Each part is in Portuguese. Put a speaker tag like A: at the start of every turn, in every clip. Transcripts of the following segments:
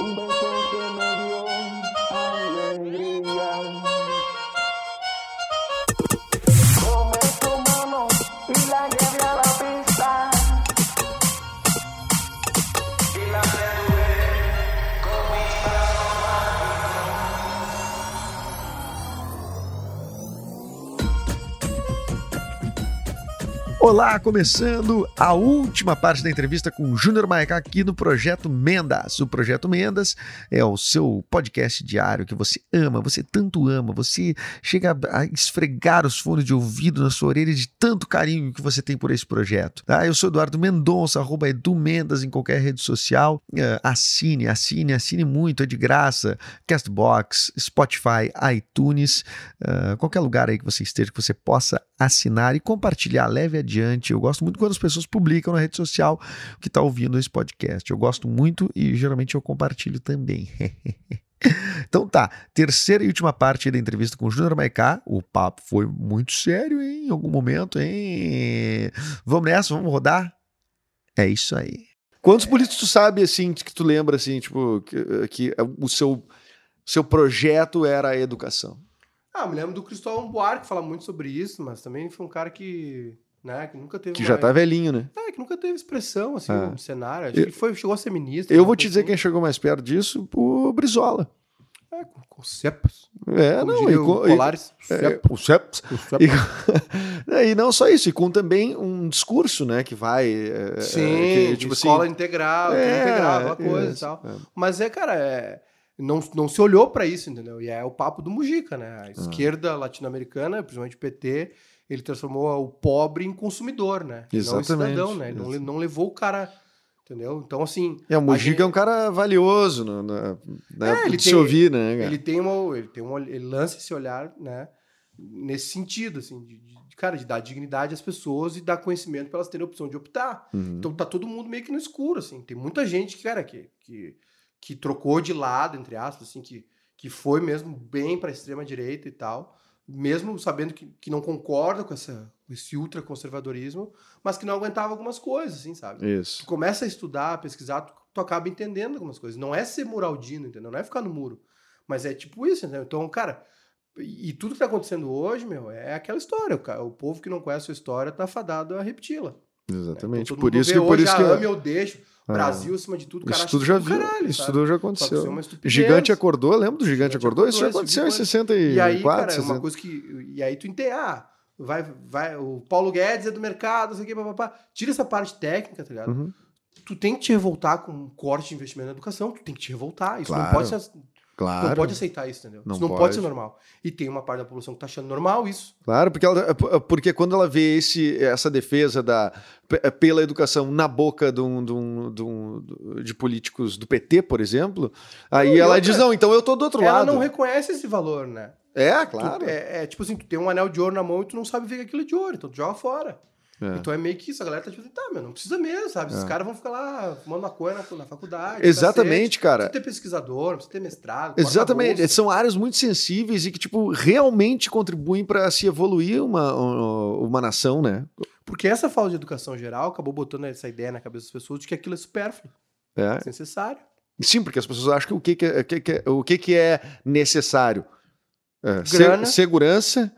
A: Um beijão que me dio alegría. Come tu mano y la lleve a la pista.
B: Olá, começando a última parte da entrevista com o Júnior Maiká aqui no Projeto Mendas. O Projeto Mendas é o seu podcast diário que você ama, você tanto ama, você chega a a esfregar os fones de ouvido na sua orelha de tanto carinho que você tem por esse projeto. Tá? Eu sou Eduardo Mendonça, arroba Edu Mendas em qualquer rede social. Eh, assine, assine, assine muito, é de graça. Castbox, Spotify, iTunes, ah, qualquer lugar aí que você esteja, que você possa assinar e compartilhar, leve adiante. Eu gosto muito quando as pessoas publicam na rede social que está ouvindo esse podcast. Eu gosto muito e geralmente eu compartilho também. Então tá, terceira e última parte da entrevista com o Júnior Maiká. O papo foi muito sério, hein? Em algum momento, hein? Vamos nessa, vamos rodar? É isso aí. Quantos políticos tu sabe, assim, que tu lembra, assim, tipo, que, que o seu, seu projeto era a educação?
C: Ah, me lembro do Cristóvão Buarque falar muito sobre isso, mas também foi um cara que, né, que nunca teve
B: Que já
C: uma-
B: tá velhinho, né?
C: É, que nunca teve expressão, assim,
B: Ah.
C: no cenário. Acho
B: Eu-
C: que ele foi, chegou a ser ministro.
B: Eu
C: uma
B: vou
C: coisa
B: te dizer
C: assim.
B: quem chegou mais perto disso, o Brizola.
C: É, com, com cepos.
B: É,
C: Como
B: não,
C: diria
B: e
C: o
B: com, e,
C: Colares.
B: é,
C: Cepo,
B: o Seps.
C: o cepo.
B: E, e não só isso, e com também um discurso, né, que vai... é,
C: Sim,
B: é, que,
C: de escola integral,
B: é,
C: é, integral, aquela coisa
B: isso,
C: e tal.
B: é.
C: Mas é, cara, é, não, não se olhou pra isso, entendeu? E é o papo do Mujica,
B: Ah.
C: né? A esquerda latino-americana, principalmente o PT, ele transformou o pobre em consumidor, né? E Não em cidadão,
B: Exatamente,
C: né? Ele não,
B: isso.
C: não levou o cara, entendeu? Então, assim,
B: É, o Mujica
C: gente-
B: é um cara valioso no, na- na-
C: É, ele
B: de se
C: tem-
B: ouvir, né, cara?
C: ele tem uma, ele tem um, olh- ele lança esse olhar, né? Nesse sentido, assim, de, de- cara, de dar dignidade às pessoas e dar conhecimento para elas terem a opção de optar.
B: Uhum.
C: Então tá todo mundo meio que no escuro, assim. Tem muita gente que, cara, que, que, que trocou de lado, entre aspas, assim, que, que foi mesmo bem pra extrema direita e tal, mesmo sabendo que, que não concorda com essa, com esse ultraconservadorismo, mas que não aguentava algumas coisas, assim, sabe?
B: Isso.
C: tu começa a estudar, a pesquisar, tu, tu acaba entendendo algumas coisas. Não é ser muraldino, entendeu? Não é ficar no muro. Mas é tipo isso, entendeu? Então, cara, e e tudo que tá acontecendo hoje, meu, é aquela história. O, ca- o povo que não conhece a sua história tá fadado a repeti-la.
B: Exatamente.
C: Então, todo
B: por
C: mundo
B: isso
C: vê
B: que, por
C: hoje,
B: isso
C: ah,
B: que
C: ame ou deixo.
B: Ah.
C: Brasil, acima de tudo, cara,
B: isso
C: acha
B: tudo já
C: do
B: viu,
C: caralho,
B: isso
C: sabe?
B: tudo já
C: Só que isso é
B: aconteceu.
C: uma estupidez.
B: Gigante acordou, lembra do Gigante,
C: Gigante
B: acordou? Isso já
C: acordou, isso
B: aconteceu em
C: foi-
B: 64,
C: E aí, cara, é
B: 60.
C: uma coisa que. E aí tu entende, ah, vai, vai, o Paulo Guedes é do mercado, não sei o que, papapá. Tira essa parte técnica, tá ligado?
B: Uhum.
C: tu tem que te revoltar com um corte de investimento na educação, tu tem que te revoltar. Isso
B: Claro,
C: não pode ser,
B: Claro.
C: não pode aceitar isso, entendeu?
B: Não
C: isso não pode.
B: pode.
C: ser normal. E tem uma parte da população que tá achando normal isso.
B: Claro, porque, ela- é, porque quando ela vê esse- essa defesa da, p- pela educação na boca de, um- de um- de um- de políticos do PT, por exemplo, aí
C: e
B: ela
C: outra-
B: diz: não, então eu tô do outro
C: Ela
B: lado.
C: não reconhece esse valor, né?
B: É,
C: Tu-
B: claro.
C: é, é tipo assim, tu tem um anel de ouro na mão e tu não sabe ver que aquilo é de ouro, então tu joga fora.
B: É.
C: Então é meio que isso, a galera tá tipo assim, tá, meu, não precisa mesmo, sabe? Esses caras vão ficar lá fumando maconha na, na faculdade.
B: Exatamente,
C: Não
B: cara.
C: precisa ter um pesquisador, não precisa ter mestrado. corta
B: Exatamente.
C: bolsa.
B: São áreas muito sensíveis e que, tipo, realmente contribuem para se evoluir uma, uma nação, né?
C: Porque essa falta de educação geral acabou botando essa ideia na cabeça das pessoas de que aquilo é supérfluo,
B: É.
C: desnecessário.
B: Sim, porque as pessoas acham que o que, que, é- o que, que é- o que, que é necessário? É, se-
C: Grana.
B: segurança.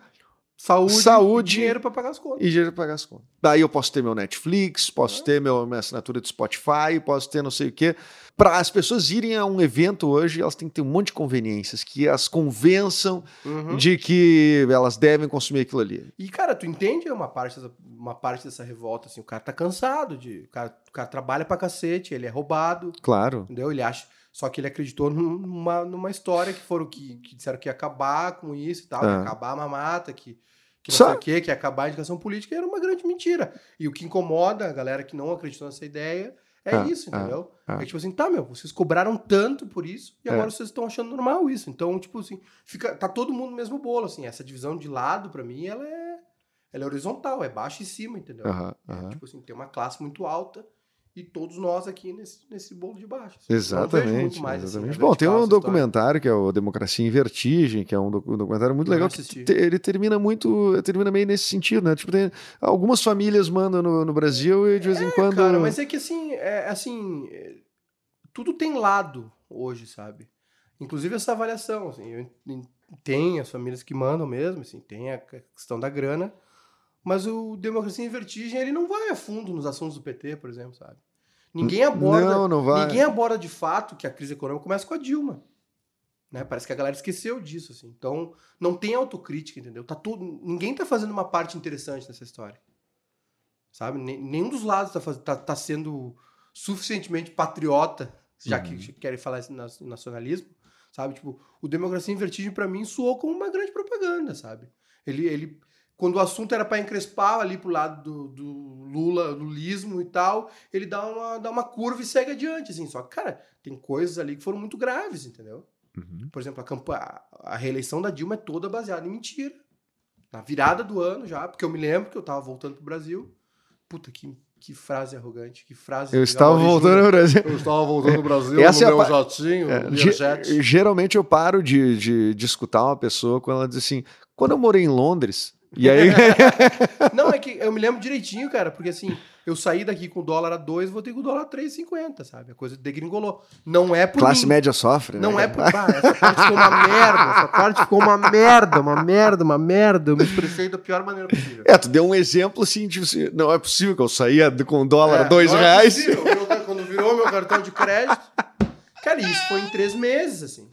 C: Saúde,
B: Saúde.
C: e dinheiro pra pagar as contas.
B: E dinheiro pra pagar as contas. Daí eu posso ter meu Netflix, posso ter meu, minha assinatura de Spotify, posso ter não sei o quê. Para as pessoas irem a um evento hoje, elas têm que ter um monte de conveniências que as convençam
C: Uhum.
B: de que elas devem consumir aquilo ali.
C: E, cara, tu entende uma parte, dessa, uma parte dessa revolta, assim, o cara tá cansado de... O cara, o cara trabalha pra cacete, ele é roubado,
B: Claro.
C: entendeu? Ele acha... Só que ele acreditou num- numa, numa história que foram que, que disseram que ia acabar com isso e tal, que ia
B: Ah.
C: acabar a mamata, que, que não
B: Só-
C: sei o quê, que ia acabar a educação política, era uma grande mentira. E o que incomoda a galera que não acreditou nessa ideia é
B: Ah,
C: isso,
B: ah,
C: entendeu?
B: ah.
C: É tipo assim, tá, meu, vocês cobraram tanto por isso e
B: É.
C: agora vocês estão achando normal isso. Então, tipo assim, fica, tá todo mundo no mesmo bolo, assim. Essa divisão de lado, pra mim, ela é, ela é horizontal, é baixo e cima, entendeu?
B: Aham,
C: É,
B: aham.
C: Tipo assim, tem uma classe muito alta e todos nós aqui nesse, nesse bolo de baixo. assim. Eu vejo
B: Exatamente.
C: muito mais, assim,
B: exatamente.
C: a
B: Bom, tem
C: vertical
B: um
C: essa
B: documentário que é o Democracia em Vertigem, que é um, docu- um documentário muito
C: Eu
B: legal.
C: não
B: que
C: assisti.
B: te- ele termina muito, termina meio nesse sentido, né? Tipo, tem, algumas famílias mandam no, no Brasil e de vez em quando.
C: Cara, mas é que assim, é, assim, é, tudo tem lado hoje, sabe? Inclusive essa avaliação, assim, eu en- tem as famílias que mandam mesmo, assim, tem a c- questão da grana, mas o Democracia em Vertigem, ele não vai a fundo nos assuntos do PT, por exemplo, sabe? Ninguém aborda,
B: não, não vai.
C: ninguém aborda de fato que a crise econômica começa com a Dilma. Né? Parece que a galera esqueceu disso, assim. Então, não tem autocrítica, entendeu? Tá tudo, ninguém tá fazendo uma parte interessante nessa história. Sabe? Ne- Nenhum dos lados tá, faz- tá, tá sendo suficientemente patriota, já que querem falar esse na- nacionalismo, sabe? Tipo, o Democracia em Vertigem, pra mim, soou como uma grande propaganda, sabe? Ele, ele quando o assunto era para encrespar ali pro lado do, do Lula, lulismo e tal, ele dá uma, dá uma curva e segue adiante, assim. Só que, cara, tem coisas ali que foram muito graves, entendeu?
B: Uhum.
C: Por exemplo, a, campa- a- a reeleição da Dilma é toda baseada em mentira. Na virada do ano já, porque eu me lembro que eu tava voltando pro Brasil. Puta, que, que frase arrogante, que frase...
B: Eu
C: de
B: estava
C: Amaury
B: voltando
C: Júnior.
B: ao Brasil.
C: Eu estava voltando pro Brasil
B: Essa é
C: no
B: a
C: meu
B: pa-
C: jatinho,
B: É,
C: no
B: ge-
C: jet.
B: geralmente eu paro de, de, de escutar uma pessoa quando ela diz assim: quando eu morei em Londres, e aí.
C: Não, é que eu me lembro direitinho, cara, porque assim, eu saí daqui com o dólar a 2, voltei com o dólar a 3,50, sabe? A coisa degringolou. Não é por
B: classe
C: mim.
B: média sofre.
C: Não
B: né,
C: é
B: cara?
C: por. Bah, essa parte ficou uma merda. Essa parte ficou uma merda, uma merda, uma merda. Eu me expressei da pior maneira possível.
B: É, tu deu um exemplo assim, tipo, assim, não é possível que eu saía do- com dólar a
C: É,
B: dois
C: não é
B: reais.
C: possível. Meu- Quando virou meu cartão de crédito. Cara, isso foi em três meses, assim.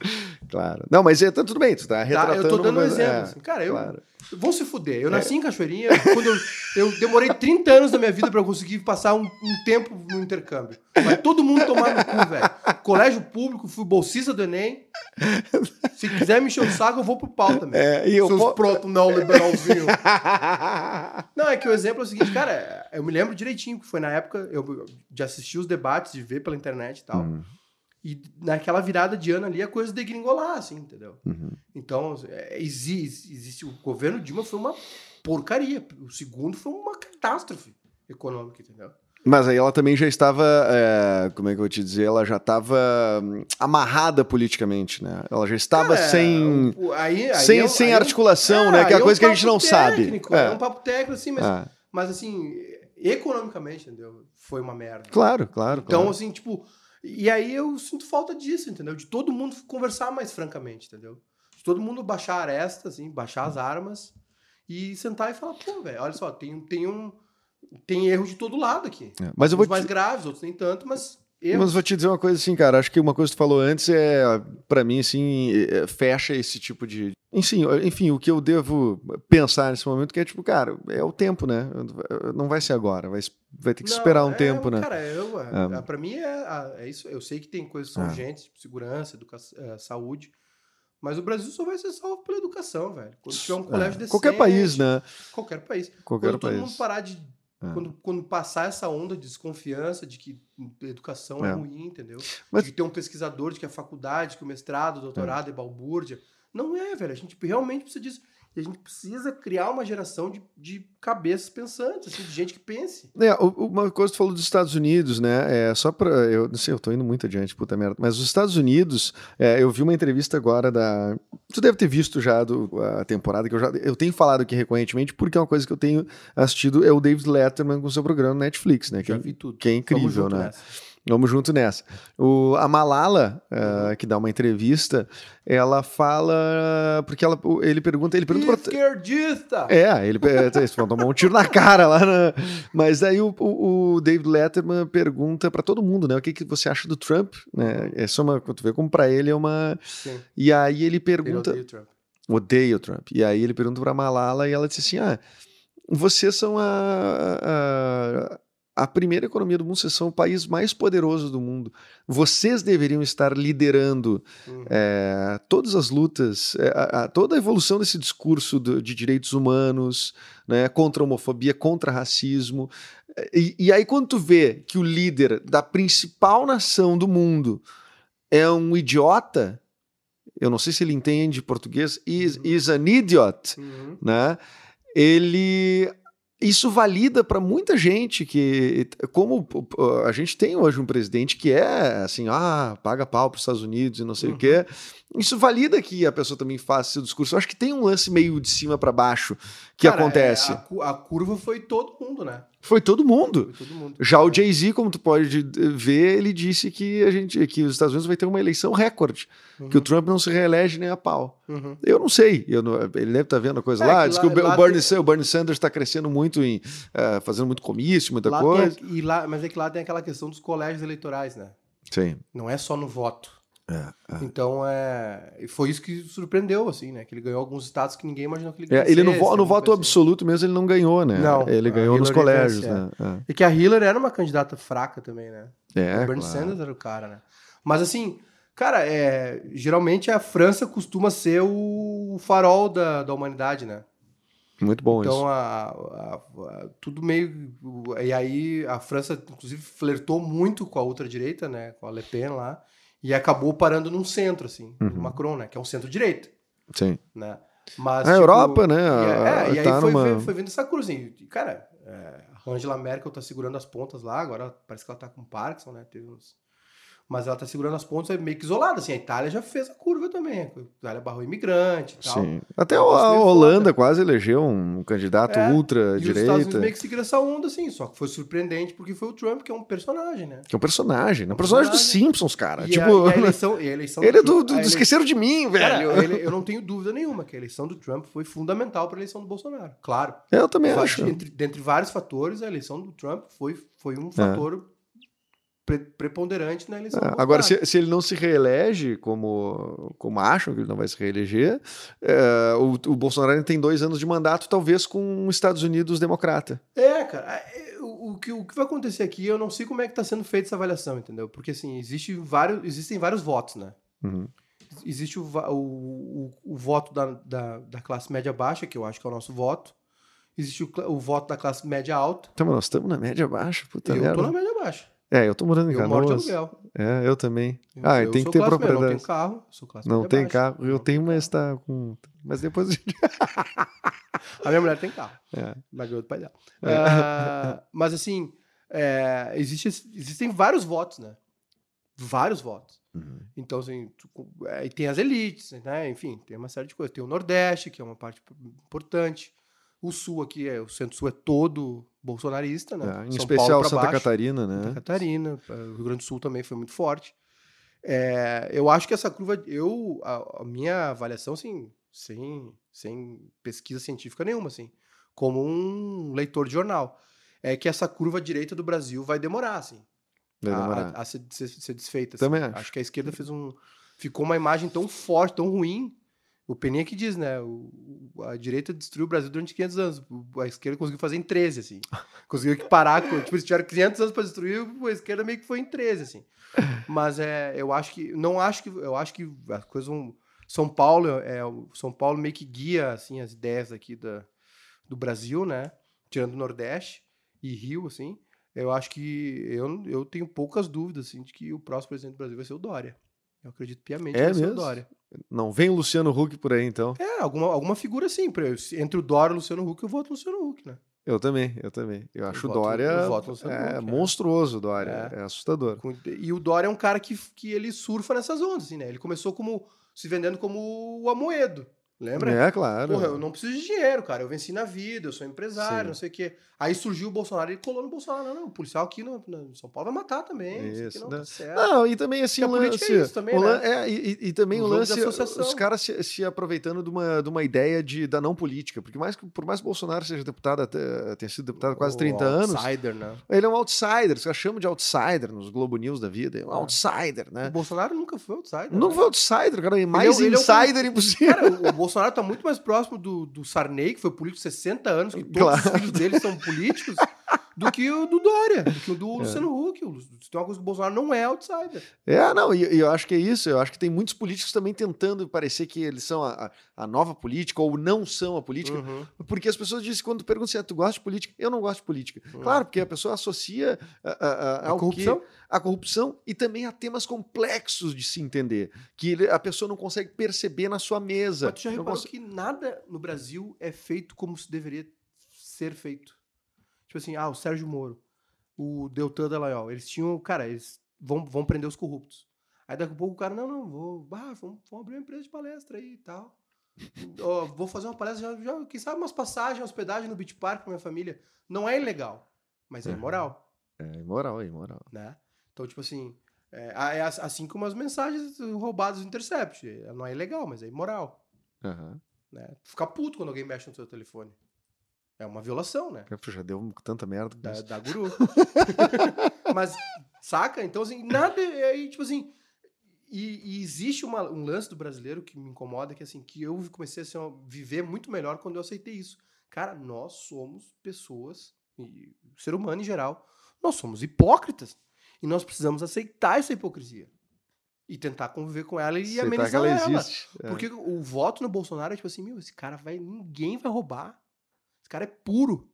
B: Claro. Não, mas é, tá tudo bem, tu tá
C: Tá?
B: retratando.
C: Eu tô dando um
B: uma coisa-
C: exemplo.
B: é,
C: assim. Cara, eu
B: claro.
C: vou se fuder.
B: É.
C: Eu nasci em Cachoeirinha. Quando eu, eu demorei 30 anos da minha vida pra eu conseguir passar um, um tempo no intercâmbio. Mas todo mundo tomar no cu, velho. Colégio público, fui bolsista do Enem. Se quiser me encher o saco, eu vou pro pau também.
B: É, e eu
C: Seus
B: po-
C: proto neoliberalzinho. Não, é que o exemplo é o seguinte, cara, eu me lembro direitinho que foi na época eu, de assistir os debates, de ver pela internet e tal.
B: Hum.
C: E naquela virada de ano ali a coisa degringolar, assim, entendeu?
B: Uhum.
C: Então, é, exi- existe, o governo Dilma foi uma porcaria. O segundo foi uma catástrofe econômica, entendeu?
B: Mas aí ela também já estava, é, como é que eu vou te dizer, ela já estava hum, amarrada politicamente, né? Ela já estava
C: Cara,
B: sem,
C: É, o- o- aí- aí
B: sem,
C: é um-
B: sem
C: aí é um-
B: articulação, né?
C: Ah,
B: Que é
C: aí
B: a coisa que a
C: papo
B: gente não
C: técnico,
B: sabe.
C: É.
B: É.
C: um papo técnico, assim, mas,
B: Ah,
C: mas assim, economicamente, entendeu? Foi uma merda.
B: Claro, claro.
C: Então,
B: claro.
C: assim, tipo. E aí eu sinto falta disso, entendeu? De todo mundo conversar mais francamente, entendeu? De todo mundo baixar a aresta, assim, baixar as armas e sentar e falar, pô, velho, olha só, tem, tem um. Tem erro de todo lado aqui.
B: É, Mas eu vou
C: Uns
B: te,
C: mais graves, outros nem tanto, mas erro.
B: Mas vou te dizer uma coisa assim, cara. Acho que uma coisa que tu falou antes é, pra mim, assim, é, fecha esse tipo de. Enfim, enfim, o que eu devo pensar nesse momento que é tipo, cara, é o tempo, né? Não vai ser agora, vai, vai ter que
C: Não,
B: esperar um
C: é,
B: tempo, né?
C: Cara, eu,
B: É.
C: é, pra mim é, a- é isso. Eu sei que tem coisas que são
B: É.
C: urgentes, tipo segurança, educa- é, saúde. Mas o Brasil só vai ser salvo pela educação, velho. Quando tiver um colégio
B: É,
C: decente.
B: Qualquer país, né?
C: Qualquer país.
B: Qualquer
C: quando todo mundo
B: país.
C: parar de.
B: É.
C: Quando, quando passar essa onda de desconfiança de que educação é,
B: É.
C: ruim, entendeu?
B: Mas-
C: De ter um pesquisador de que a faculdade, que o mestrado, o doutorado é, balbúrdia. Não é, velho. A gente realmente precisa disso. E a gente precisa criar uma geração de, de cabeças pensantes, assim, de gente que pense.
B: É, o- o- uma coisa que tu falou dos Estados Unidos, né? É, só pra. Eu não sei, eu tô indo muito adiante, puta merda. Mas os Estados Unidos, é, eu vi uma entrevista agora da. Tu deve ter visto já do- a temporada que eu já. Eu tenho falado aqui recorrentemente, porque é uma coisa que eu tenho assistido é o David Letterman com seu programa no Netflix, né? Que,
C: Já vi tudo.
B: que é
C: Tamo
B: incrível,
C: junto
B: né?
C: nessa.
B: Vamos junto nessa. O, a Malala, eh,
C: Uhum.
B: que dá uma entrevista, ela fala. Porque ela, o- ele pergunta. Ele pergunta pra-
C: Esquerdista!
B: é, ele é, eles vão tomar um tiro na cara lá. na- Mas daí o, o- o David Letterman pergunta pra todo mundo, né? O que, que você acha do Trump? Né? Essa é uma. Tu vê como pra ele é uma.
C: Sim,
B: E aí ele
C: ele
B: pergunta.
C: odeia o Trump.
B: Odeio o Trump. E aí ele pergunta pra Malala e ela disse assim: Ah, vocês são a, a, a primeira economia do mundo, vocês são o país mais poderoso do mundo. Vocês deveriam estar liderando
C: Hum.
B: é, todas as lutas, é, a- a- toda a evolução desse discurso do- de direitos humanos, né, contra a homofobia, contra racismo. É, E, e aí, quando tu vê que o líder da principal nação do mundo é um idiota, eu não sei se ele entende português, is, is an idiot,
C: Uhum.
B: né? Ele. isso valida para muita gente que, como uh, a gente tem hoje um presidente que é assim, ah, paga pau para os Estados Unidos e não sei
C: Uhum.
B: o quê, isso valida que a pessoa também faça seu discurso. Eu acho que tem um lance meio de cima para baixo que
C: Cara, é,
B: acontece.
C: a, cu- a curva foi todo mundo, né?
B: Foi todo mundo.
C: Foi todo mundo.
B: Já o Jay-Z, como tu pode eh, ver, ele disse que a gente que os Estados Unidos vai ter uma eleição recorde,
C: Uhum.
B: que o Trump não se reelege nem a pau.
C: Uhum.
B: Eu não sei, eu não- ele deve estar vendo a coisa
C: É,
B: lá.
C: que
B: Diz
C: lá-
B: que o, Be-
C: lá
B: o Bernie,
C: tem-
B: Sa- o Bernie Sanders está crescendo muito em eh, fazendo muito comício, muita
C: Lá tem
B: coisa.
C: a- e lá, mas é que lá tem aquela questão dos colégios eleitorais, né?
B: Sim.
C: Não é só no voto.
B: É, é.
C: Então é. e Foi isso que surpreendeu, assim, né? Que ele ganhou alguns estados que ninguém imaginou que ele
B: É, ele no,
C: vencesse,
B: vo- no
C: alguma
B: voto
C: coisa assim.
B: absoluto mesmo ele não ganhou, né?
C: Não,
B: ele
C: a
B: ganhou nos
C: Hillary
B: colégios,
C: venceu,
B: né? É,
C: E que a Hillary era uma candidata fraca também, né?
B: É,
C: o Bernie
B: claro.
C: Sanders era o cara, né? Mas assim, cara, é, geralmente a França costuma ser o farol da, da humanidade, né?
B: Muito bom
C: então,
B: isso.
C: a- a- a- tudo meio. E aí, a França, inclusive, flertou muito com a ultradireita, né? Com a Le Pen lá. E acabou parando num centro, assim, do
B: Uhum.
C: Macron, né? Que é um centro-direita,
B: Sim.
C: né? Mas,
B: A
C: tipo,
B: Europa, né?
C: e é- é, e aí
B: tá
C: foi,
B: numa...
C: vi- foi vindo essa cruz, assim, e, cara, é, a Angela Merkel tá segurando as pontas lá, agora parece que ela tá com Parkinson, né, teve uns... Mas ela tá segurando as pontas é meio que isolada, assim, a Itália já fez a curva também, a Itália barrou imigrante e tal.
B: Sim. Até
C: Eu
B: o-
C: gosto
B: a
C: meio
B: Holanda
C: foda.
B: quase elegeu um candidato
C: É, E os Estados Unidos
B: ultra-direita.
C: meio que seguiram essa onda, assim, só que foi surpreendente porque foi o Trump, que é um personagem, né?
B: Que é um personagem, né? Um
C: Um
B: personagem dos
C: personagem.
B: Simpsons, cara.
C: e a-
B: tipo,
C: e a, eleição... E a eleição
B: ele é do,
C: Trump-
B: do-
C: a
B: do
C: ele-
B: Esqueceram de Mim,
C: Cara,
B: velho.
C: eu, ele- eu não tenho dúvida nenhuma que a eleição do Trump foi fundamental para a eleição do Bolsonaro. Claro,
B: Eu também
C: Fa-
B: acho.
C: Entre, dentre vários fatores, a eleição do Trump foi, foi um fator pre- preponderante na eleição.
B: É,
C: do
B: Agora,
C: Bolsonaro.
B: se, se ele não se reelege, como, como acham que ele não vai se reeleger, é, o, o Bolsonaro ainda tem dois anos de mandato, talvez com os Estados Unidos democrata.
C: É, cara, é, o, o que, o que vai acontecer aqui, eu não sei como é que está sendo feita essa avaliação, entendeu? Porque, assim, existe vários, existem vários votos, né?
B: Uhum.
C: Existe o, va- o, o, o voto da, da, da classe média baixa, que eu acho que é o nosso voto. Existe o, cla- o voto da classe média alta.
B: Então, nós estamos na média baixa, puta
C: eu
B: merda.
C: tô na média baixa.
B: É, eu tô morando em
C: Eu moro de
B: Canoas.
C: aluguel.
B: É, eu também.
C: Eu-
B: Ah,
C: eu
B: tem que
C: sou
B: ter
C: classe média,
B: propriedade.
C: Não tenho carro, eu sou classe
B: Não
C: média
B: tem
C: baixa.
B: carro. Eu
C: Não
B: tenho, mas tá com. Mas depois. a gente-
C: A minha mulher tem carro.
B: É.
C: Mas ganhou do pai dela. Ah, mas assim, é, existe esse- existem vários votos, né? Vários votos.
B: Uhum.
C: Então, assim, tu co- é, e tem as elites, né? Enfim, tem uma série de coisas. Tem o Nordeste, que é uma parte importante. O Sul aqui, é, o Centro-Sul é todo bolsonarista, né?
B: É, em
C: São
B: especial
C: pra
B: Santa
C: baixo.
B: Catarina, né?
C: Santa Catarina, eh, o Rio Grande do Sul também foi muito forte. É, eu acho que essa curva, eu a, a minha avaliação, assim, sem, sem pesquisa científica nenhuma, assim, como um leitor de jornal, é que essa curva direita do Brasil vai demorar, assim,
B: Vai
C: a-
B: demorar.
C: a, a ser, ser- ser desfeita. assim.
B: Também acho.
C: Acho que a esquerda fez um, ficou uma imagem tão forte, tão ruim. O Peninha que diz, né? o- o- a direita destruiu o Brasil durante 500 anos. o- A esquerda conseguiu fazer em 13, assim. Conseguiu que parar. com- Tipo, eles tiveram 500 anos para destruir, a esquerda meio que foi em 13, assim. Mas é, eu acho que. Não acho que. Eu acho que as coisas vão. São Paulo, é, o São Paulo meio que guia assim, as ideias aqui da, do Brasil, né? Tirando o Nordeste e Rio, assim. Eu acho que. Eu, eu tenho poucas dúvidas assim, de que o próximo presidente do Brasil vai ser o Dória. Eu acredito piamente
B: É
C: que vai ser o
B: mesmo?
C: Dória.
B: Não vem o Luciano Huck por aí, então.
C: É, alguma, alguma figura assim. pra eu- se- Entre o Dória e o Luciano Huck, eu voto no Luciano Huck, né?
B: Eu também, eu também. Eu acho o
C: voto-
B: Dória
C: eu voto no Luciano
B: é,
C: Huck, é.
B: monstruoso, o Dória. É, assustador.
C: Com- E o Dória é um cara que, que ele surfa nessas ondas, assim, né? Ele começou como se vendendo como o Amoedo, lembra?
B: É, claro.
C: Porra, eu não preciso de dinheiro, cara. Eu venci na vida, eu sou empresário,
B: Sim.
C: não sei o quê. Aí surgiu o Bolsonaro, ele colou no Bolsonaro. Não, não, o policial aqui no, no- em São Paulo vai matar também. não sei o quê,
B: Isso,
C: não,
B: né?
C: tá certo.
B: Não, e também assim,
C: Porque a
B: o
C: política
B: lance.
C: é isso também,
B: o
C: né?
B: lan- é, e, e- e também
C: Um
B: o
C: jogo de
B: lance,
C: associação.
B: os caras se, se aproveitando de uma, de uma ideia de, da não política. Porque mais, que- por mais que Bolsonaro seja deputado, até- tenha sido deputado há quase
C: O
B: 30 anos,
C: outsider, né?
B: ele é um outsider. Os caras chamam de outsider nos Globo News da vida. É um
C: É.
B: outsider,
C: O
B: né?
C: Bolsonaro nunca foi outsider.
B: Não
C: né?
B: foi outsider, cara. É mais
C: ele é o-
B: insider impossível.
C: Cara, o- o Bolsonaro tá muito mais próximo do, do Sarney, que foi político 60 anos, que todos os
B: Claro.
C: filhos dele são políticos, do que o do Dória, do que o do Luciano Huck. O Lu- Tem uma coisa que o Bolsonaro não é outsider.
B: É, não, e e eu acho que é isso. Eu acho que tem muitos políticos também tentando parecer que eles são a, a- a nova política ou não são a política,
C: Hum.
B: porque as pessoas dizem quando perguntam se ah, tu gosta de política, eu não gosto de política.
C: Uhum.
B: Claro, porque a pessoa associa a, a- a-
C: A
B: ao que-
C: corrupção?
B: à corrupção e também a temas complexos de se entender, que ele- a pessoa não consegue perceber na sua mesa.
C: Mas tu já
B: é, Não
C: reparou
B: consegue-
C: que nada no Brasil é feito como se deveria ser feito. Tipo assim, ah, o Sérgio Moro, o Deltan Dallagnol, eles tinham, cara, eles vão, vão prender os corruptos. Aí daqui a pouco o cara, não, não, vou, ah, vamos, vamos abrir uma empresa de palestra aí e tal. Ó, vou fazer uma palestra, já, já, quem sabe umas passagens, hospedagem no Beach Park pra minha família. Não é ilegal, mas é
B: Uhum.
C: imoral,
B: É imoral, é imoral.
C: né? Então, tipo assim, é, a- é as- assim como as mensagens roubadas do Intercept. é, Não é ilegal, mas é imoral,
B: Aham.
C: né? Tu fica puto quando alguém mexe no seu telefone. É uma violação, né?
B: Pô, Já deu tanta merda com
C: Da,
B: isso.
C: da guru. Mas, saca? Então, assim, nada. E aí, tipo assim. E, e existe uma- um lance do brasileiro que me incomoda, que assim, que eu comecei a ser uma- viver muito melhor quando eu aceitei isso. Cara, nós somos pessoas, e o ser humano em geral, nós somos hipócritas. E nós precisamos aceitar essa hipocrisia. E tentar conviver com ela e
B: Aceitar
C: amenizar
B: que ela
C: ela.
B: tá existe. é.
C: Porque o voto no Bolsonaro é tipo assim, meu, esse cara vai. Ninguém vai roubar. Esse cara é puro.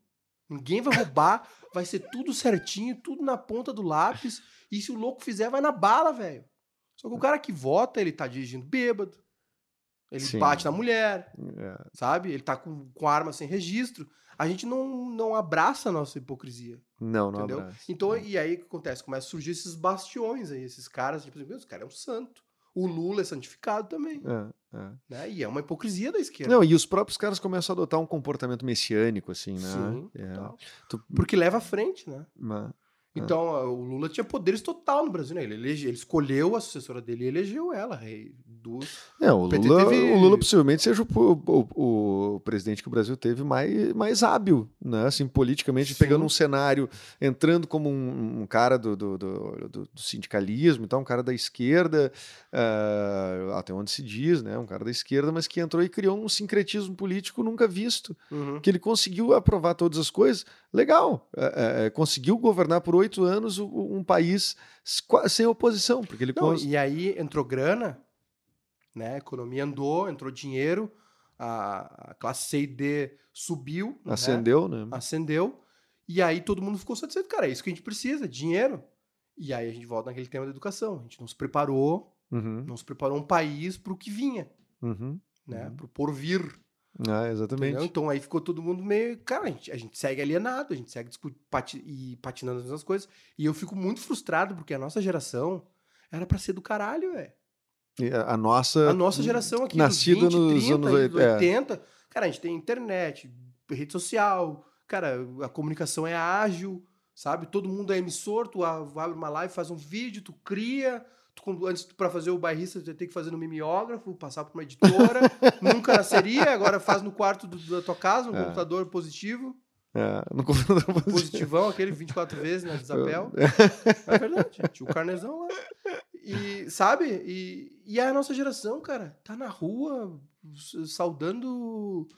C: Ninguém vai roubar. vai ser tudo certinho, tudo na ponta do lápis. E se o louco fizer, vai na bala, velho. Só que o cara que vota, ele tá dirigindo bêbado. Ele
B: Sim.
C: bate na mulher,
B: É.
C: sabe? Ele tá com, com arma sem registro. A gente não, não abraça a nossa hipocrisia.
B: Não, não é
C: Entendeu?
B: abraço.
C: Então, e aí o que acontece? Começa a surgir esses bastiões aí, esses caras, tipo, meu, esse cara é um santo. O Lula é santificado também
B: É, é.
C: né? E é uma hipocrisia da esquerda.
B: Não, e os próprios caras começam a adotar um comportamento messiânico, assim, né?
C: Sim,
B: É.
C: total.
B: Tu- É.
C: Porque leva à frente, né?
B: ma-
C: Então, ah, o Lula tinha poderes total no Brasil, né? Ele, elege- ele escolheu a sucessora dele e elegeu ela, rei dos...
B: É, o
C: PT
B: Lula,
C: teve-
B: o Lula possivelmente seja o, o- o- o presidente que o Brasil teve mais, mais hábil, né? Assim, politicamente,
C: Sim.
B: pegando um cenário, entrando como um, um cara do, do, do- do- do sindicalismo, então, um cara da esquerda, ah, até onde se diz, né? Um cara da esquerda, mas que entrou e criou um sincretismo político nunca visto.
C: Uhum.
B: que ele conseguiu aprovar todas as coisas, legal. É, é, é, conseguiu governar por oito anos o- o- um país s- qua- sem oposição, porque ele
C: Não,
B: cons-
C: e aí entrou grana, né? A economia andou, entrou dinheiro, a, a classe C e D subiu, né?
B: acendeu, né?
C: acendeu, e aí todo mundo ficou satisfeito. Cara, é isso que a gente precisa, dinheiro. E aí a gente volta naquele tema da educação. A gente não se preparou,
B: Uhum,
C: não se preparou um país pro que vinha,
B: uhum.
C: né?
B: Uhum.
C: Pro porvir.
B: Ah,
C: Entendeu?
B: exatamente.
C: Então aí ficou todo mundo meio. Cara, a gente, a gente segue alienado, a gente segue discu- pati- e patinando as mesmas coisas. E eu fico muito frustrado porque a nossa geração era pra ser do caralho, velho.
B: E A a nossa.
C: A nossa geração aqui,
B: nascido
C: dos 20,
B: nos
C: 30,
B: anos
C: dos
B: 80, é.
C: 80. Cara, a gente tem internet, rede social, cara, a comunicação é ágil, sabe? Todo mundo é emissor, tu a- abre uma live, faz um vídeo, tu cria. tu com- Antes para fazer o bairrista, tu tem que fazer no mimeógrafo, passar por uma editora. Nunca nasceria, agora faz no quarto do- da tua casa, um
B: É.
C: computador positivo,
B: É, no computador positivo.
C: positivão, aquele 24 vezes na desapel. É verdade, gente. O carnezão lá. E, sabe? E, e é a nossa geração, cara, tá na rua s- saudando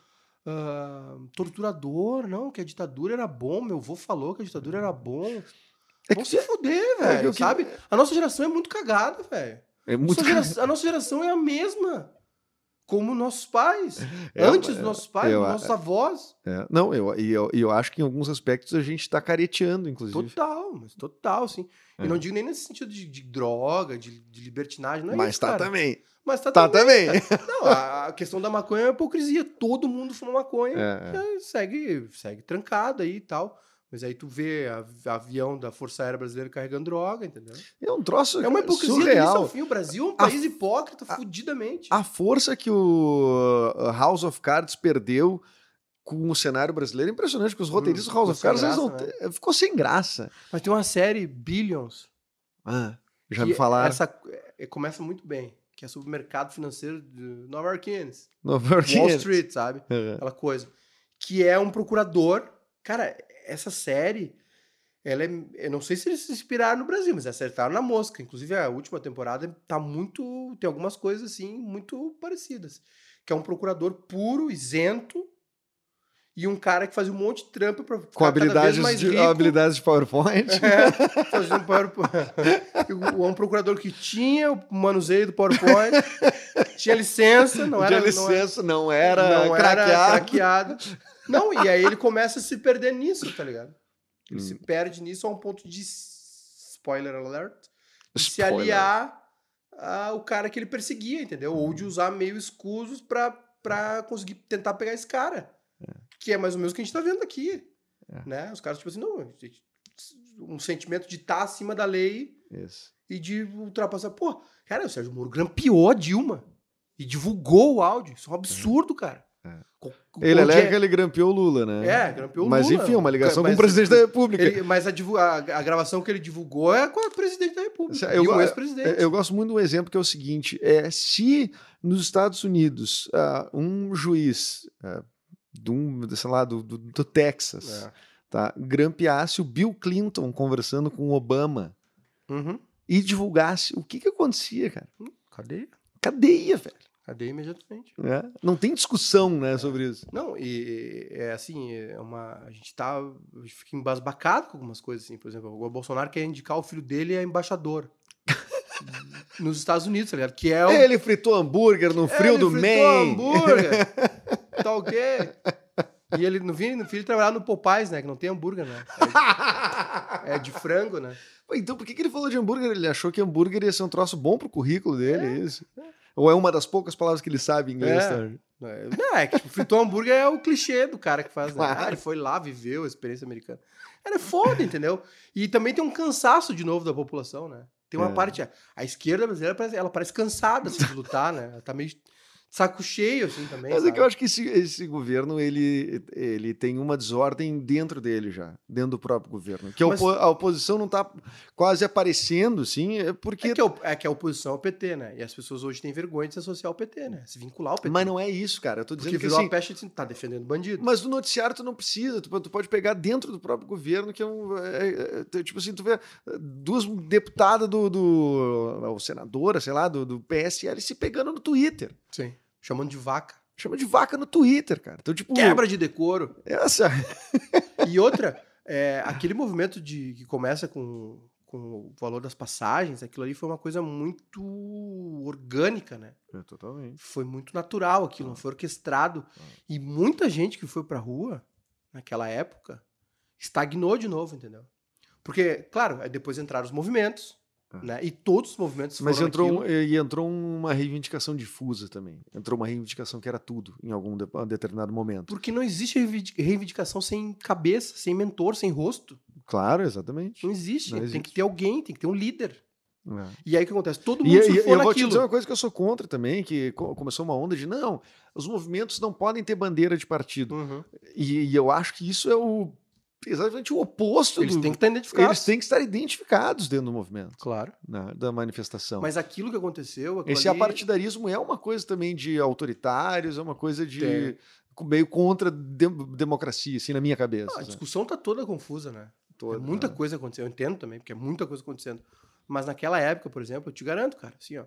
C: ah, torturador, não, que a ditadura era bom, meu avô falou que a ditadura era bom.
B: É
C: Vão
B: que-
C: se fuder,
B: é que
C: velho,
B: o que-
C: sabe? A nossa geração é muito cagada, velho.
B: É muito
C: Nossa gera- A nossa geração é a mesma. Como nossos pais.
B: É,
C: Antes dos nossos pais,
B: eu-
C: dos nossos avós.
B: É, Não, eu, e eu, e eu acho que em alguns aspectos a gente está careteando, inclusive.
C: Total, mas total, sim.
B: É.
C: E não digo nem nesse sentido de, de droga, de, de libertinagem, não é
B: Mas
C: isso,
B: tá
C: cara.
B: também.
C: Mas tá,
B: Tá
C: também.
B: também.
C: Não, a, a questão da maconha é uma hipocrisia. Todo mundo fuma maconha.
B: É, é.
C: e Segue, segue trancado aí e tal. Mas aí tu vê a- avião da Força Aérea Brasileira carregando droga, entendeu?
B: É um troço
C: É uma hipocrisia do início
B: surreal.
C: ao fim. O Brasil é um
B: A-
C: país hipócrita, fudidamente.
B: a força que o uh, House of Cards perdeu com o cenário brasileiro é impressionante, porque os roteiristas do House
C: Hum, ficou
B: of Cards
C: sem
B: eles não
C: graça, né?
B: te- ficou sem graça.
C: Mas tem uma série, Billions,
B: Ah, já
C: que
B: me falaram.
C: Essa, é, começa muito bem, que é sobre o mercado financeiro de Nova Yorkins,
B: Nova York.
C: Wall Street, sabe?
B: É.
C: aquela coisa. Que é um procurador. Cara, essa série, ela é. Eu não sei se eles se inspiraram no Brasil, mas acertaram na mosca. Inclusive, a última temporada tá muito. Tem algumas coisas assim muito parecidas. Que é um procurador puro, isento, e um cara que fazia um monte de trampa pra ficar
B: Com
C: cada
B: habilidades
C: vez mais
B: de,
C: rico.
B: habilidades de PowerPoint.
C: É, fazendo PowerPoint. O- Um procurador que tinha o manuseio do PowerPoint, tinha licença, não
B: de
C: era, não era-
B: licença, não era,
C: não era
B: craqueado.
C: craqueado. Não, e aí ele começa a se perder nisso, tá ligado?
B: Hum,
C: Ele se perde nisso a um ponto de s- spoiler alert, de se
B: Spoiler.
C: aliar ao cara que ele perseguia, entendeu? Ou de usar meio é escusos pra, pra conseguir tentar pegar esse cara. Que é mais ou menos o que a gente tá vendo aqui.
B: É.
C: Né? Os caras, tipo assim, não, gente, um sentimento de estar acima da lei
B: Isso.
C: e de ultrapassar. Pô, cara, o Sérgio Moro grampeou a Dilma e divulgou o áudio. Isso é um absurdo, cara.
B: É.
C: Co- co-
B: Ele
C: onde
B: alega que ele grampeou o Lula, né?
C: É, grampeou o
B: Mas
C: Lula.
B: enfim, é uma ligação
C: Mas-
B: com o presidente da República.
C: Ele- mas a, divu- a- a gravação que ele divulgou é com o presidente da República.
B: Eu-
C: e o ex-presidente.
B: É, Eu gosto muito de um exemplo que é o seguinte: é se nos Estados Unidos ah, um juiz ah, de um, sei lá, do, do- do Texas
C: É.
B: tá, grampeasse o Bill Clinton conversando com o Obama
C: Uhum.
B: e divulgasse o que, que acontecia, cara?
C: Cadê?
B: Cadeia, velho.
C: Cadê imediatamente?
B: né? Não tem discussão né, sobre isso.
C: Não, e é assim, é uma. A gente tá. A gente fica embasbacado com algumas coisas, assim. Por exemplo, o Bolsonaro quer indicar o filho dele a embaixador. nos Estados Unidos, tá ligado? Que é o.
B: Então, Ele fritou hambúrguer no frio do Maine.
C: hambúrguer. tá o quê? E ele não vinha, no filho trabalhar no Popeyes, né? Que não tem hambúrguer, né? É de frango, né?
B: Então, por que, que ele falou de hambúrguer? Ele achou que hambúrguer ia ser um troço bom pro currículo dele, é isso? Ou é uma das poucas palavras que ele sabe em inglês, tá?
C: É.
B: sabe?
C: Não, é que tipo, fritou hambúrguer é o clichê do cara que faz, né?
B: Claro.
C: Ah, ele foi lá, viveu a experiência americana. Era foda, entendeu? E também tem um cansaço de novo da população, né? Tem uma
B: É.
C: parte. A esquerda brasileira parece, ela parece cansada assim, de lutar, né? Ela tá meio de saco cheio, assim, também.
B: Mas é que
C: sabe?
B: eu acho que esse, esse governo ele, ele tem uma desordem dentro dele já, dentro do próprio governo. Que a,
C: Mas-
B: opo- a oposição não está quase aparecendo, sim, é porque.
C: É que, o- é que a oposição é o PT, né? E as pessoas hoje têm vergonha de se associar ao PT, né? Se vincular ao PT.
B: Mas não é isso, cara. Eu tô
C: Porque
B: dizendo que
C: virou
B: assim,
C: a peste assim, tá defendendo bandido.
B: Mas no noticiário tu não precisa, tu, tu pode pegar dentro do próprio governo, que é um. é- é- tipo assim, tu vê eh, duas deputadas do. do ou senadora, sei lá, do, do PSL se pegando no Twitter.
C: Sim. Chamando de vaca.
B: Chama de vaca no Twitter, cara. Então, tipo. é
C: Quebra de decoro.
B: Essa.
C: E outra, é, aquele movimento de que começa com, com o valor das passagens, aquilo ali foi uma coisa muito orgânica, né?
B: totalmente.
C: Foi muito natural aquilo, não foi orquestrado. E muita gente que foi pra rua naquela época estagnou de novo, entendeu? Porque, claro, aí depois entraram os movimentos, né? E todos os movimentos foram
B: Ah. Mas entrou, um-
C: naquilo.
B: e entrou uma reivindicação difusa também. Entrou uma reivindicação que era tudo em algum de- determinado momento.
C: Porque não existe reivindic- reivindicação sem cabeça, sem mentor, sem rosto.
B: Claro, exatamente.
C: Não existe.
B: Não
C: Tem
B: existe.
C: que ter alguém, tem que ter um líder.
B: É.
C: E aí o que acontece? Todo
B: E, é,
C: mundo
B: e-
C: se
B: e
C: for
B: eu vou te
C: naquilo.
B: dizer uma coisa que eu sou contra também, que co- começou uma onda de não, os movimentos não podem ter bandeira de partido.
C: Uhum.
B: E, e eu acho que isso é o exatamente o oposto.
C: Eles
B: do-
C: têm que estar identificados.
B: eles têm que estar identificados dentro do movimento,
C: Claro.
B: né, da manifestação.
C: Mas aquilo que aconteceu. aquilo
B: Esse
C: ali-
B: apartidarismo é uma coisa também de autoritários, é uma coisa de
C: Tem.
B: co- meio contra dem- democracia, assim, na minha cabeça.
C: Ah, a
B: né?
C: discussão tá toda confusa, né?
B: Toda,
C: É muita
B: né?
C: coisa acontecendo. Eu entendo também, porque é muita coisa acontecendo. Mas naquela época, por exemplo, eu te garanto, cara, assim, ó.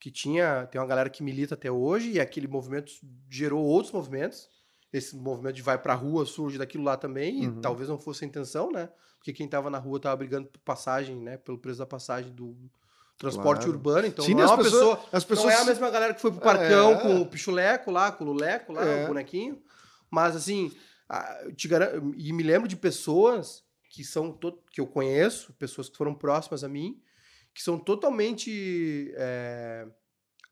C: Que tinha. Tem uma galera que milita até hoje e aquele movimento gerou outros movimentos. Esse movimento de vai pra rua surge daquilo lá também,
B: Uhum.
C: e talvez não fosse a intenção, né? Porque quem tava na rua tava brigando por passagem, né? Pelo preço da passagem do transporte
B: Claro.
C: urbano. Então
B: Sim,
C: não é
B: as
C: uma
B: pessoas-
C: pessoa.
B: As
C: Não
B: pessoas
C: é a
B: se-
C: mesma galera que foi pro Parcão
B: É.
C: com o Pichuleco lá, com o Luleco lá,
B: É.
C: o bonequinho. Mas assim, a- eu te garan- e me lembro de pessoas que são to- que eu conheço, pessoas que foram próximas a mim, que são totalmente é,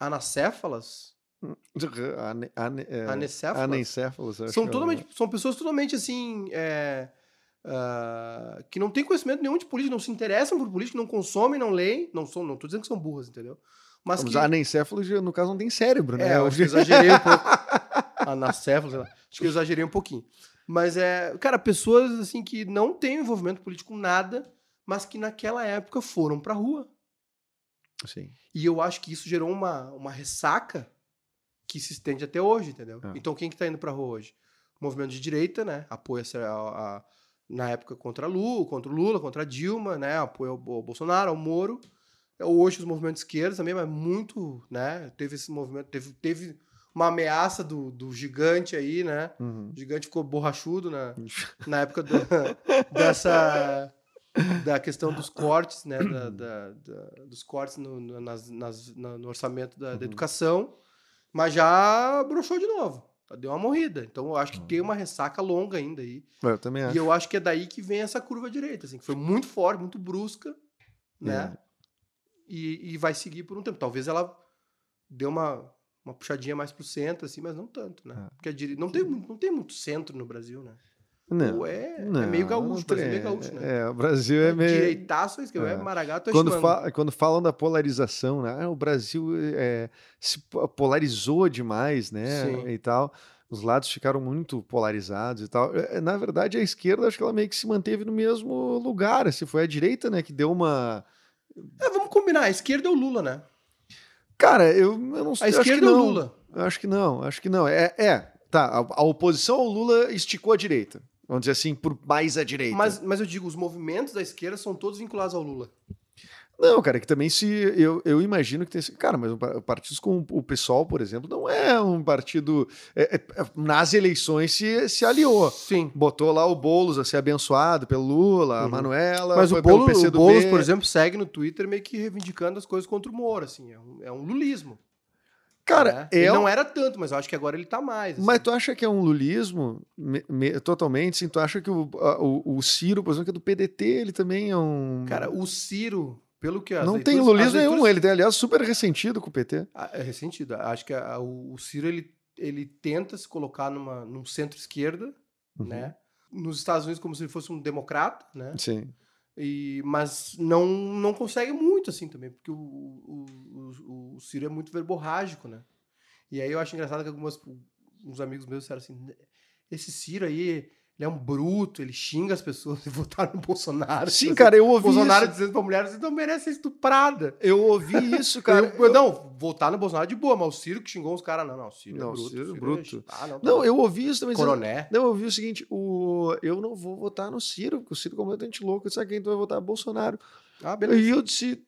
C: anacéfalas.
B: Ane- ane- é,
C: anecéfalas.
B: Anencéfalos. eu acho
C: são,
B: que é o-
C: totalmente, são pessoas totalmente assim. é, ah, que não têm conhecimento nenhum de política, não se interessam por política, não consomem, não leem. Não são, não tô dizendo que são burras, entendeu? Mas
B: Os
C: que-
B: anencéfalos, no caso, não tem cérebro, né?
C: É, eu acho que eu exagerei um pouco. Anacéfalo, sei lá. Acho que eu exagerei um pouquinho. Mas é, cara, pessoas assim que não têm envolvimento político com nada, mas que naquela época foram pra rua.
B: Sim.
C: E eu acho que isso gerou uma, uma ressaca que se estende até hoje, entendeu?
B: É.
C: Então quem que tá indo pra rua hoje? O movimento de direita, né? Apoia essa- a- a- na época contra Lula, contra o Lula, contra a Dilma, né? Apoia o Bo- Bolsonaro, ao Moro. É, Hoje os movimentos esquerdos também, mas muito, né? Teve esse movimento, teve, teve uma ameaça do, do gigante aí, né?
B: Uhum.
C: O gigante ficou borrachudo na, na época do- dessa da questão dos cortes, né, da- da- da- dos cortes no, no- nas- nas- na- no orçamento da, da educação, mas já broxou de novo, deu uma morrida. Então eu acho que tem uma ressaca longa ainda aí.
B: Eu também acho.
C: E eu acho que é daí que vem essa curva direita, assim, que foi muito forte, muito brusca,
B: É.
C: né? E, e vai seguir por um tempo. Talvez ela dê uma, uma puxadinha mais pro centro, assim, mas não tanto, né?
B: É.
C: Porque a dire... não, tem, mu- não tem muito centro no Brasil, né?
B: Não,
C: Ou é,
B: não,
C: é meio gaúcho,
B: não
C: mas é
B: tem.
C: meio gaúcho, né?
B: É, o Brasil é meio.
C: Direitaço, isso que é,
B: é.
C: Maragato é
B: quando,
C: chimango.
B: fa- quando falam da polarização, né? Ah, o Brasil é, se po- polarizou demais, né?
C: Sim.
B: E tal. Os lados ficaram muito polarizados e tal. É, é, Na verdade, a esquerda, acho que ela meio que se manteve no mesmo lugar. Assim, foi a direita, né, que deu uma.
C: É, vamos combinar, a esquerda é o Lula, né?
B: Cara, eu, eu não sei.
C: A
B: eu acho que
C: esquerda é o
B: não.
C: Lula.
B: Eu Acho que não, acho que não. É, é, tá. A, a oposição ao Lula esticou a direita. Vamos dizer assim, por mais à direita.
C: Mas, mas eu digo, os movimentos da esquerda são todos vinculados ao Lula.
B: Não, cara, é que também se. Eu, eu imagino que tem. esse- Cara, mas um par- partidos como o PSOL, por exemplo, não é um partido. é- é- é- nas eleições se, se aliou.
C: Sim.
B: Botou lá o Boulos a ser abençoado pelo Lula, a
C: Uhum.
B: Manuela,
C: Mas o,
B: foi pelo
C: Boulos- o
B: PCdoB.
C: Boulos, por exemplo, segue no Twitter meio que reivindicando as coisas contra o Moro, assim. É um, é um lulismo.
B: Cara,
C: né? Ele
B: é um-
C: não era tanto, mas eu acho que agora ele tá mais. assim.
B: Mas tu acha que é um lulismo Me- me- totalmente? Sim, tu acha que o, a- o, o Ciro, por exemplo, que é do PDT, ele também é um.
C: Cara, o Ciro, pelo que as
B: não
C: leituras-
B: tem lulismo
C: as leituras-
B: nenhum. Ele tem, aliás, super ressentido com o PT.
C: Ah, É ressentido. Acho que a- a- o o Ciro, ele, ele tenta se colocar numa, num centro-esquerda,
B: Uhum.
C: né? Nos Estados Unidos como se ele fosse um democrata, né?
B: Sim.
C: E, mas não, não consegue muito, assim, também, porque o, o, o, o Ciro é muito verborrágico, né? E aí eu acho engraçado que algumas, uns amigos meus disseram assim, esse Ciro aí, ele é um bruto, ele xinga as pessoas e votaram no Bolsonaro.
B: Sim,
C: Assim,
B: cara, eu
C: O
B: ouvi
C: Bolsonaro
B: isso.
C: dizendo pra mulher, você não merece ser estuprada.
B: Eu ouvi isso, cara.
C: Eu- eu- não, votar no Bolsonaro é de boa, mas o Ciro que xingou os caras, não, não, o Ciro
B: Não,
C: é
B: o
C: bruto.
B: Ciro é
C: o
B: bruto.
C: Ah, não, tá
B: Não,
C: bom.
B: eu ouvi isso também. dizendo-
C: Coroné.
B: Não, eu ouvi o seguinte: o... eu não vou votar no Ciro, porque o Ciro é completamente louco. Sabe quem tu vai votar? Bolsonaro.
C: Ah, beleza.
B: E eu disse: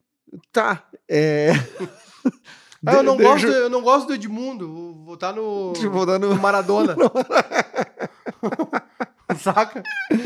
B: tá, é.
C: Ah, eu, não
B: Deixa-
C: gosto, eu não gosto do Edmundo, vou votar no...
B: deixa eu votar no.
C: O Maradona. Saca?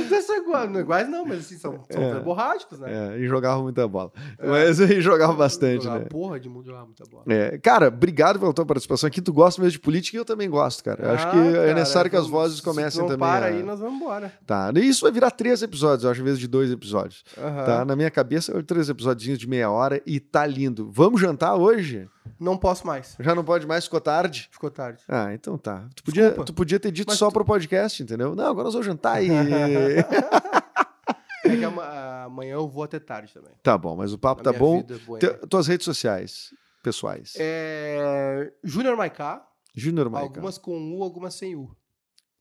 C: Não são iguais, não, iguais não, mas assim, são, são
B: É.
C: verborrágicos, né?
B: É, e jogava muita bola. Mas ele É. jogava bastante,
C: Jogava
B: né?
C: Ah, Porra de mundo jogava muita bola.
B: É, cara, obrigado pela tua participação aqui. Tu gosta mesmo de política e eu também gosto, cara. Eu acho
C: Ah,
B: que é
C: cara,
B: necessário que as
C: vamos-
B: vozes
C: se
B: comecem
C: não
B: também.
C: para
B: a-
C: aí, nós vamos embora.
B: Tá, e isso vai virar três episódios, eu acho, em vez de dois episódios. Tá,
C: Aham.
B: na minha cabeça, três episódios de meia hora e tá lindo. Vamos jantar hoje?
C: Não posso mais.
B: Já não pode mais, ficou tarde?
C: Ficou tarde.
B: Ah, então tá. Tu podia,
C: Desculpa.
B: tu podia ter dito
C: Mas
B: só
C: tu-
B: pro podcast, entendeu? Não, agora nós vamos jantar e.
C: É que ama- amanhã eu vou até tarde também.
B: tá bom, mas o papo tá
C: Na minha
B: bom.
C: vida, é né? boa.
B: Te- tuas redes sociais, pessoais.
C: É, Júnior Maiká,
B: Júnior Maica.
C: algumas com U, algumas sem U.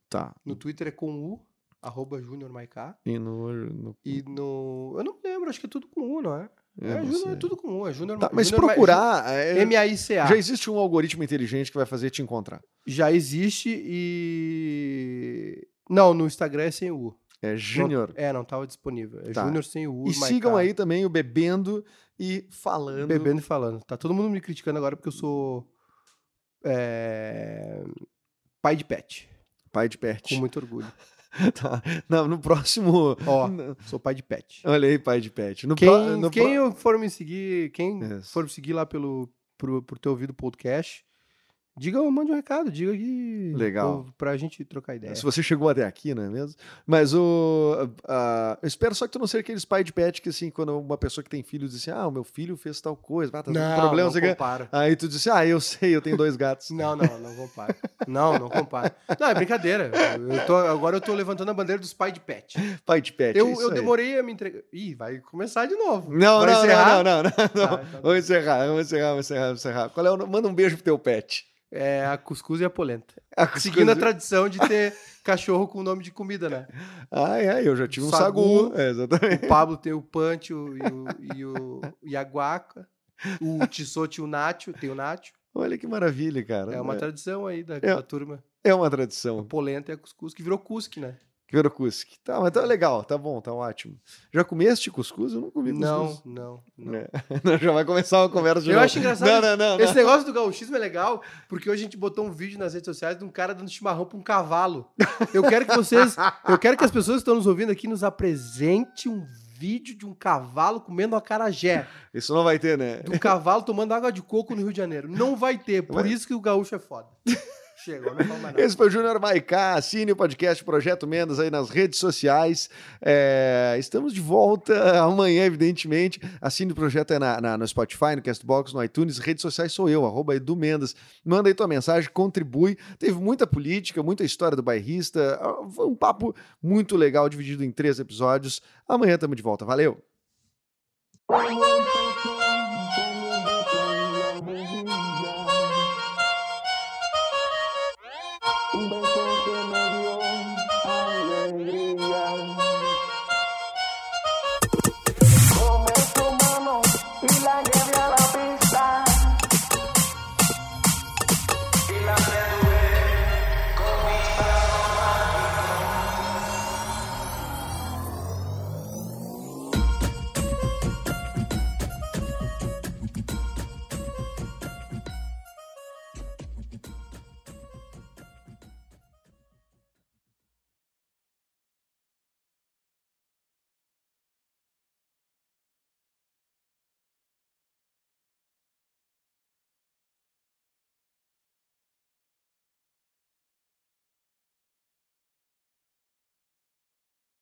B: Tá.
C: No Twitter é com U, arroba Júnior Maiká.
B: E no. no-
C: E no. Eu não lembro, acho que é tudo com U, não é?
B: eu
C: é,
B: não
C: Júnior,
B: sei.
C: é tudo com U, é Júnior
B: Tá, mas se
C: Júnior Ma-
B: procurar. é-
C: M-A-I-C-A.
B: já existe um algoritmo inteligente que vai fazer te encontrar.
C: Já existe e. Não, no Instagram é sem U.
B: É Júnior.
C: Não- É, não tava disponível. É
B: Tá.
C: Júnior sem U.
B: E
C: Maiká.
B: sigam aí também o Bebendo e Falando.
C: Bebendo e falando. Tá todo mundo me criticando agora porque eu sou. é, Pai de pet.
B: Pai de Pet.
C: Com muito orgulho.
B: Tá. Não, no próximo.
C: Ó,
B: N-
C: sou pai de pet.
B: Olha aí, pai de pet. No pro-
C: Quem,
B: no
C: quem eu for me seguir, quem
B: Isso.
C: for me seguir lá pelo pro, pro teu ouvido podcast, diga, mande um recado, diga que
B: Legal.
C: eu- pra gente trocar ideia.
B: pro- Se você chegou até aqui, não é mesmo? Mas o. ah, eu espero só que tu não seja aqueles pai de pet que, assim, quando uma pessoa que tem filhos diz assim: ah, o meu filho fez tal coisa, ah, tá com problema, não sei o quê.
C: compara.
B: Aí tu diz assim: ah, eu sei, eu tenho dois gatos.
C: Não, não, não compara. não, não compara. Não, é brincadeira. Eu tô- agora eu tô levantando a bandeira dos pai de pet.
B: pai de pet. é
C: Eu,
B: isso
C: eu
B: aí.
C: demorei a me entregar. Ih, vai começar de novo.
B: Não,
C: vai
B: não, não,
C: encerrar?
B: não, não, não.
C: Tá, então tá.
B: Vamos encerrar, vamos encerrar, vamos encerrar, vamos encerrar. Qual é o... nome? Manda um beijo pro teu pet.
C: É a cuscuz e a polenta.
B: Ah,
C: Tá Seguindo a tradição de ter cachorro com nome de comida, né?
B: Ah, é, eu já tive um
C: Sagu.
B: sagu. É, exatamente.
C: O Pablo tem o Pancho e o, e o Iaguaca. O Tissote e o Nacho, tem o Nacho.
B: Olha que maravilha, cara.
C: É uma tradição aí da, da turma.
B: é uma tradição.
C: A polenta e a cuscuz, que virou cusque, né?
B: Primeiro cusque. Tá, mas tá legal, tá bom, tá ótimo. Já comeste cuscuz? Eu não comi
C: Não,
B: cuscuz.
C: não, não.
B: Né? Não, já vai começar uma conversa de
C: Eu
B: novo.
C: acho engraçado
B: Não, não, não. não.
C: Esse negócio do gauchismo é legal, porque hoje a gente botou um vídeo nas redes sociais de um cara dando chimarrão pra um cavalo. Eu quero que vocês, eu quero que as pessoas que estão nos ouvindo aqui nos apresente um vídeo de um cavalo comendo acarajé,
B: Isso não vai ter, né?
C: de um cavalo tomando água de coco no Rio de Janeiro. Não vai ter, por
B: Mas-
C: isso que o gaúcho é foda. Chegou, não fala mais nada.
B: Esse foi o Júnior Maicá, assine o podcast Projeto Mendas aí nas redes sociais. É, estamos de volta amanhã, evidentemente. Assine o projeto é na, na- no Spotify, no Castbox, no iTunes. Redes sociais sou eu, arroba Edu Mendes. Manda aí tua mensagem, contribui. Teve muita política, muita história do bairrista. Ah, Foi um papo muito legal, dividido em três episódios. Amanhã estamos de volta. Valeu!
A: Un beso que me dio alegría.